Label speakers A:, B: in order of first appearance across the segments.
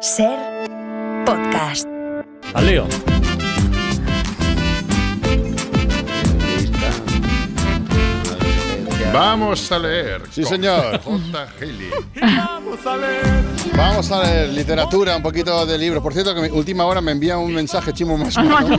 A: Ser podcast.
B: Al lío.
C: Vamos a leer.
D: Sí,
C: con
D: señor.
C: J. Healy.
D: Vamos a leer literatura, un poquito de libros. Por cierto, que mi última hora me envía un mensaje chimo más malo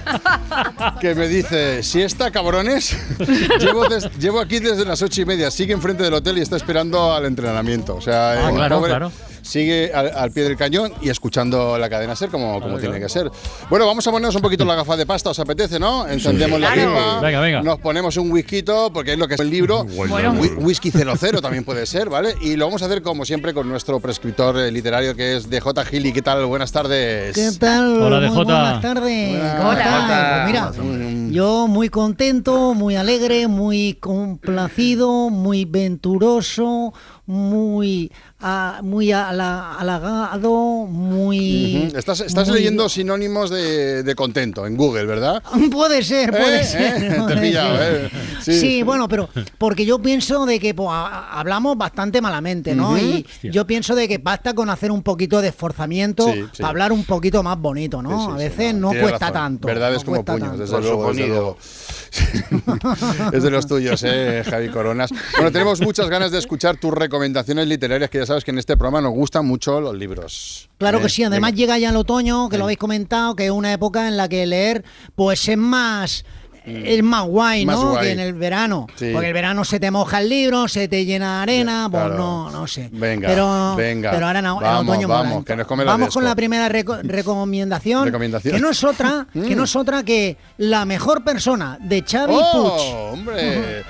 D: que me dice, si está, cabrones, llevo, des- llevo aquí desde las ocho y media, sigue enfrente del hotel y está esperando al entrenamiento. O sea,
B: Ah,
D: el
B: claro,
D: pobre
B: claro.
D: sigue al, al pie del cañón y escuchando la cadena ser como, como tiene que ser. Bueno, vamos a ponernos un poquito la gafa de pasta, ¿os apetece, no? Encendemos la
A: Claro.
D: pipa,
B: Venga, venga.
D: nos ponemos un whisquito, porque es lo que es el libro.
C: Bueno.
D: Whi- Whisky 00 también puede ser, ¿vale? Y lo vamos a hacer como siempre con nuestro prescriptor eh, literario que es DJ Gili. ¿Qué tal? Buenas tardes.
E: ¿Qué tal?
B: Hola, DJ.
E: Muy buenas tardes. ¿Cómo
A: Hola.
E: estás? Pues
D: Mm,
E: mira, yo muy contento, muy alegre, muy complacido, muy venturoso, muy, ah, muy ala- halagado, muy...
D: Ujú. Estás, estás
E: muy-
D: leyendo sinónimos de, de contento en Google, ¿verdad?
E: Puede ser, puede
D: Eh,
E: ser.
D: eh, te he
E: puede
D: pillado,
E: ser.
D: eh. Sí.
E: Sí. bueno, pero porque yo pienso de que pues, a- hablamos bastante malamente, ¿no? Y yo pienso de que basta con hacer un poquito de esforzamiento
D: Sí, sí.
E: para hablar un poquito más bonito, ¿no?
D: Sí, sí,
E: a
D: sí,
E: veces no,
D: tienes
E: cuesta
D: razón.
E: tanto.
D: Verdades
E: no
D: como
E: cuesta
D: puños,
E: tanto.
D: desde luego, desde luego. es de los tuyos, eh, Javi Coronas. Bueno, tenemos muchas ganas de escuchar tus recomendaciones literarias, que ya sabes que en este programa nos gustan mucho los libros.
E: Claro
D: Eh,
E: que sí, además
D: venga.
E: llega ya el otoño, que lo habéis comentado, que es una época en la que leer pues es más es más guay,
D: Mm. Más
E: ¿no?
D: guay.
E: Que en el verano,
D: Sí.
E: porque el verano se te moja el libro, se te llena de arena,
D: Ya,
E: pues
D: claro.
E: no, no sé.
D: Venga,
E: pero,
D: venga.
E: pero ahora no,
D: Vamos,
E: el otoño mola,
D: vamos, que nos come la
E: Vamos
D: desco.
E: con la primera reco- recomendación,
D: Recomendación.
E: que no es otra, que no es otra que La mejor persona de Xavi Puig.
D: ¡Oh, hombre!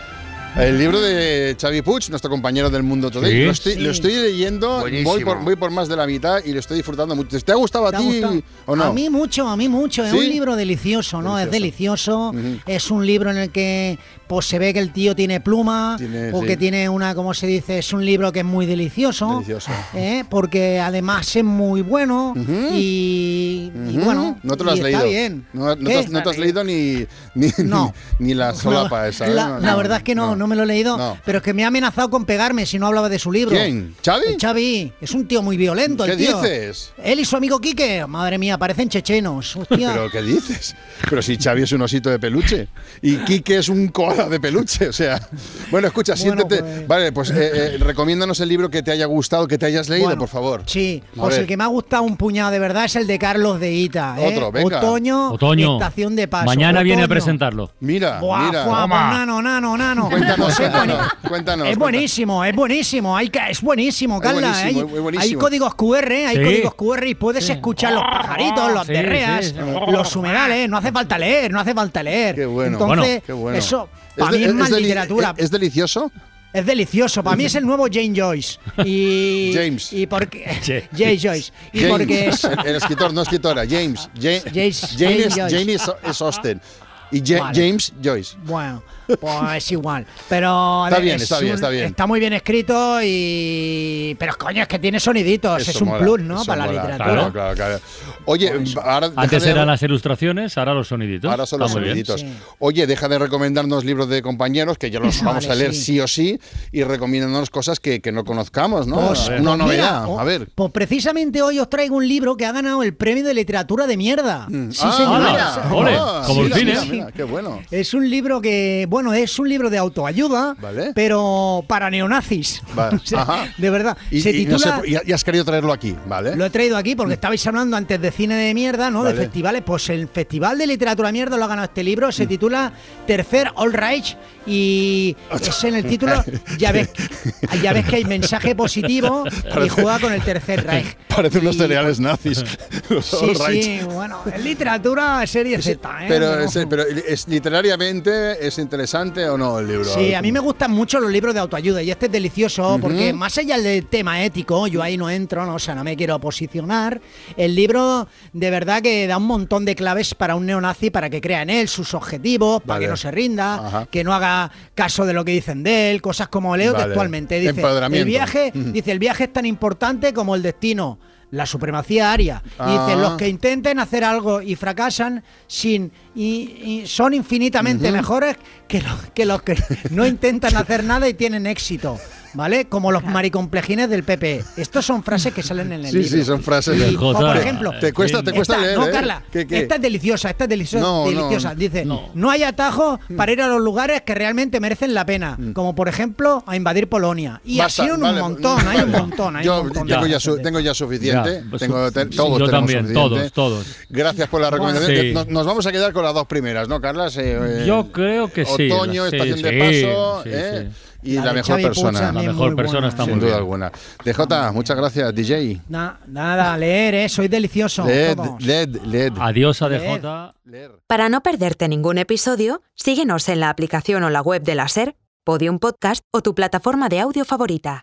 D: El libro de Xavi Puig, nuestro compañero del mundo today.
B: Sí.
D: Lo, estoy, lo estoy leyendo,
C: Buenísimo.
D: voy por, voy por más de la mitad y lo estoy disfrutando mucho. ¿Te ha gustado a
E: ¿Te ha
D: ti
E: gustado?
D: o no?
E: A mí mucho, a mí mucho. Es
D: ¿Sí?
E: un libro delicioso, ¿no? Es delicioso. Es un libro en el que pues, se ve que el tío tiene pluma
D: Tiene,
E: o
D: sí.
E: que tiene una, como se dice, es un libro que es muy delicioso.
D: Delicioso.
E: ¿eh? Porque además es muy bueno y, y bueno,
D: no te lo has
E: y
D: leído.
E: Está bien.
D: No, no
E: ¿Qué?
D: te, has- no te has leído ni, ni,
E: No.
D: ni, ni la solapa
E: No,
D: esa. ¿eh?
E: La,
D: No,
E: la
D: no,
E: verdad es que no, no, me lo he leído,
D: No.
E: pero es que me ha amenazado con pegarme si no hablaba de su libro.
D: ¿Quién? ¿Xavi?
E: El Xavi. Es un tío muy violento, el
D: ¿Qué
E: tío.
D: dices?
E: Él y su amigo Quique, madre mía, parecen chechenos. Hostia.
D: ¿Pero qué dices? Pero si Xavi es un osito de peluche y Quique es un koala de peluche, o sea... Bueno, escucha,
E: Bueno,
D: siéntete...
E: pues-
D: Vale, pues eh, eh, recomiéndanos el libro que te haya gustado, que te hayas leído,
E: Bueno,
D: por favor.
E: Sí,
D: A
E: pues
D: ver.
E: el que me ha gustado un puñado de verdad es el de Carlos de Ita. ¿eh?
D: Otro, venga.
E: Otoño,
B: Otoño.
E: estación de paso.
B: Mañana viene a
E: Otoño.
B: presentarlo.
D: Mira,
E: Buah,
D: mira.
E: buah, pues nano, nano, nano.
D: Cuéntanos,
E: Pues es bueni-
D: cuéntanos, cuéntanos,
E: Es buenísimo, es buenísimo. Hay, ca- es buenísimo, Carla.
D: buenísimo,
E: hay,
D: es buenísimo.
E: hay códigos QR, hay
B: Sí. Oh,
E: códigos QR y puedes escuchar los pajaritos, los
B: Sí,
E: berreas,
B: sí, sí.
E: los humedales. No hace falta leer, no hace falta leer.
D: Qué bueno.
E: Entonces,
D: Qué bueno.
E: eso para mí
D: de-
E: es más
D: deli-
E: literatura.
D: ¿Es, es delicioso?
E: Es delicioso, para mí es el nuevo Jane Joyce. Y,
D: James.
E: Y porque,
B: James.
E: Jane Joyce. Y
D: James,
E: porque es...
D: El, el escritor, no escritora. James. Ja-
E: James-
D: Jane,
E: James
D: es,
E: Joyce.
D: Jane es- es Austen. Y Ja-
E: Vale.
D: James Joyce.
E: Bueno, pues es igual. Pero
D: Está
E: es
D: bien, está bien, está bien.
E: Está muy bien escrito y... Pero coño, es que tiene soniditos,
D: Eso
E: es un
D: mola,
E: plus, ¿no?
D: eso
E: Para la
D: mola.
E: literatura. Pues,
D: Claro, claro, claro. Oye, ahora deja
B: Antes
D: de-
B: eran las ilustraciones, ahora los soniditos.
D: Ahora son los
B: Está muy bien.
D: soniditos.
E: Ah, Sí.
D: Oye, deja de recomendarnos libros de compañeros, que ya los vamos
E: Vale,
D: a leer sí.
E: sí.
D: o sí, y recomiéndanos cosas que, que no conozcamos, ¿no?
E: Pues,
D: Una
E: pues mira,
D: novedad.
E: o-
D: a ver.
E: Pues precisamente hoy os traigo un libro que ha ganado el premio de literatura de mierda. Sí,
D: Ah,
E: señor.
B: mira. Ole,
D: Ah,
B: como el
D: mira,
B: cine.
D: mira, mira, qué bueno.
E: Es un libro que, bueno, es un libro de autoayuda,
D: Vale.
E: pero para neonazis.
D: Vale,
E: O sea,
D: ajá.
E: De verdad.
D: Y,
E: se
D: y no
E: titula.
D: sé, y- y has querido traerlo aquí, ¿vale?
E: Lo he traído aquí porque estabais hablando antes de cine de mierda, ¿no?
D: Vale.
E: De festivales. Pues el Festival de Literatura Mierda lo ha ganado este libro.
D: Mm.
E: Se titula Tercer All Reich y es en el título. Ya ves, ya ves que hay mensaje positivo y juega con el Tercer Reich.
D: Parece unos
E: Y-
D: cereales nazis. Los
E: Sí,
D: All Right.
E: sí, bueno, es literatura serie Z, ¿eh?
D: Pero,
E: No.
D: es, pero es- literariamente es interesante o no el libro.
E: Sí, a mí me gustan mucho los libros de autoayuda y este es delicioso porque más allá del tema ético, yo ahí no entro, no, o sea, no me quiero posicionar. El libro de verdad que da un montón de claves para un neonazi para que crea en él, sus objetivos, para
D: Vale.
E: que no se rinda,
D: Ajá.
E: que no haga caso de lo que dicen de él, cosas como leo
D: Vale.
E: textualmente. Dice,
D: Empoderamiento.
E: el viaje, dice, el viaje es tan importante como el destino. La supremacía aria. Y
D: Ah.
E: dice, los que intenten hacer algo y fracasan sin y, y son infinitamente mejores que los, que los que no intentan hacer nada y tienen éxito. ¿vale? Como los maricomplejines del PP. Estos son frases que salen en el
D: Sí,
E: libro.
D: sí, son frases.
E: Y,
D: de-
E: o por
B: Jota,
E: ejemplo,
D: Te cuesta, te
B: Esta-
D: cuesta
E: esta,
D: leer,
E: no,
D: ¿eh?
E: Carla,
D: ¿Qué- qué?
E: esta es deliciosa, esta es deliciosa.
D: No, no. Mm.
E: deliciosa. Dice,
B: No.
E: no. hay atajos para ir a los lugares que realmente merecen la pena, como por ejemplo a invadir Polonia. Y
D: Basta,
E: así un
D: vale,
E: montón, hay un
D: vale.
E: montón, hay
D: Yo
E: un montón. de
D: tengo, ya
E: frases.
D: su- tengo ya suficiente.
B: Ya, pues,
D: tengo, te-
B: sí,
D: todos
B: yo
D: tenemos
B: también,
D: suficiente.
B: todos, todos.
D: Gracias por la recomendación.
B: Sí.
D: Nos, nos vamos a quedar con las dos primeras, ¿no, Carlas? Eh, eh,
B: Yo creo que sí,
D: Otoño,
B: sí,
D: estación de
B: sí,
D: paso
B: sí,
D: ¿eh? y
E: La
D: la,
E: de
D: mejor
E: Xavi Puig
D: persona.
B: La
E: también
B: mejor
E: muy
B: persona
E: buena,
B: está
E: sí.
B: muy
D: sin duda
B: bien.
D: alguna. DJ, muchas gracias, DJ.
E: Na- nada, leer, ¿eh? Soy delicioso.
D: Led,
E: todos.
D: led, led.
B: Adiós a DJ.
D: Leer.
A: Para no perderte ningún episodio, síguenos en la aplicación o la web de la SER, Podium Podcast o tu plataforma de audio favorita.